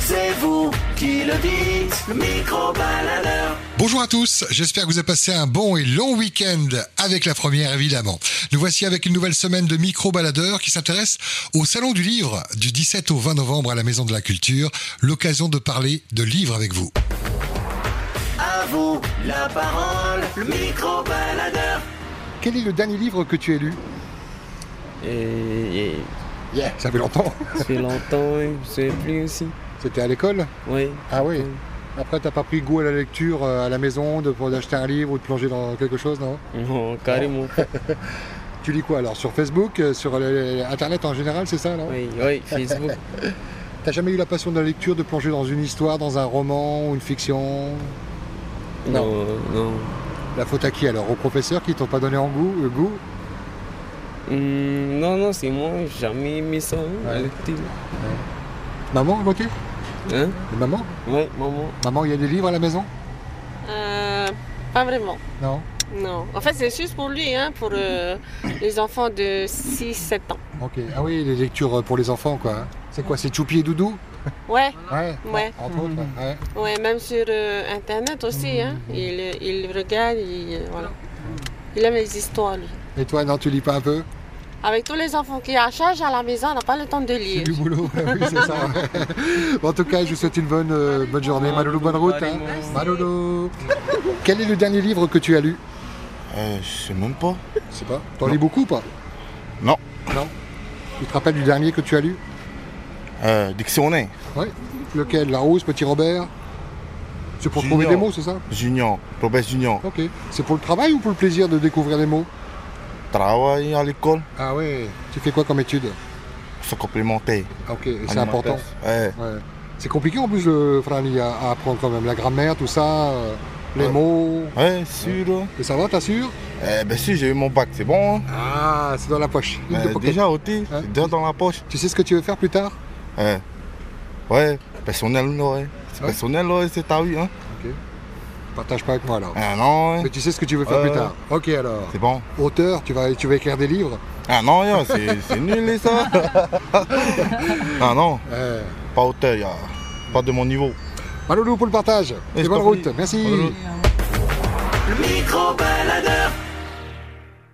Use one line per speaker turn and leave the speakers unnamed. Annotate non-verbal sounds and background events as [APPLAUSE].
c'est vous qui le dites, le micro-baladeur.
Bonjour à tous, j'espère que vous avez passé un bon et long week-end avec la première évidemment. Nous voici avec une nouvelle semaine de micro-baladeurs qui s'intéresse au Salon du Livre du 17 au 20 novembre à la Maison de la Culture, l'occasion de parler de livres avec vous.
À vous la parole, le micro-baladeur.
Quel est le dernier livre que tu as lu
Et, et
Yeah, ça fait longtemps. [LAUGHS]
Eh, ça fait longtemps, hein, je me souviens plus aussi.
C'était à l'école
Oui.
Ah oui. Après, t'as pas pris goût à la lecture euh, à la maison, de- pour d'acheter un livre ou de plonger dans quelque chose, non
Non, carrément.
Tu lis quoi alors Sur Facebook, euh, sur euh, Internet en général, c'est ça, non
Oui, oui, Facebook.
T'as jamais eu la passion de la lecture, de plonger dans une histoire, dans un roman ou une fiction
Non, non.
La faute à qui alors Aux professeurs qui t'ont pas donné en goût, le goût
Hum, non, non, c'est moi, j'ai jamais aimé ça, hein, la
Ouais.
lecture.
Maman à côté
Hein?
Et Maman
Oui, maman.
Maman, il y a des livres à la maison
Euh, pas vraiment.
Non
Non. En fait, c'est juste pour lui, hein, pour euh, les enfants de 6-7 ans.
Ok. Ah oui, les lectures euh, pour les enfants, quoi. hein. C'est quoi C'est Choupi et Doudou
Ouais,
Ouais.
Ouais.
Entre autres, ouais.
ouais, même sur euh, Internet aussi. Hein, il, euh, il regarde, il, euh, voilà. il aime les histoires, lui.
Et toi, non, tu lis pas un peu
Avec tous les enfants qui à charge à la maison, on n'a pas le temps de
C'est
lire.
du boulot, [LAUGHS] ouais, oui, c'est ça. ouais. Bon, en tout cas, je vous souhaite une bonne, euh, bonne journée. Malolo, bonne route. hein. Malolo. Quel est le dernier livre que tu as lu
Euh, je sais même pas.
Je sais pas. T'en lis beaucoup ou pas
Non.
Non Tu te rappelles du dernier que tu as lu
Euh, dictionnaire.
Oui. Lequel Larousse, Petit Robert C'est pour trouver
Junior.
des mots, c'est ça
Junior. Robert Junior.
Ok. C'est pour le travail ou pour le plaisir de découvrir des mots
Travaille à l'école.
Ah ouais. Tu fais quoi comme étude
C'est complémentaire.
Ah, Ok, et c'est important.
Ouais.
Ouais. C'est compliqué en plus le Frani à, à apprendre quand même. La grammaire, tout ça, euh, les
Ouais.
mots.
Ouais, sûr.
Et ça va, t'assures
Eh ben si, j'ai eu mon bac, c'est bon. hein.
Ah, c'est dans la poche. Hip de
Euh,
pocket.
déjà ôté,
Hein
c'est déjà dans la poche.
Tu sais ce que tu veux faire plus tard
Ouais. Ouais, personnel, ouais. C'est
Ouais.
personnel, ouais, c'est ta vie, hein.
Partage pas avec moi alors.
Ah non,
Mais
ouais.
tu sais ce que tu veux faire
Ouais,
plus
ouais.
tard. Ok alors.
C'est bon.
Auteur, tu vas, tu vas écrire des livres
Ah non, yo, c'est c'est nul,
[LAUGHS]
ça. ah non,
Euh,
pas hauteur, yo. Pas de mon niveau.
Maloulou pour le partage.
Et
Et
je
bonne
t'en prie.
route. Merci.
Bonne route.
Le micro-baladeur.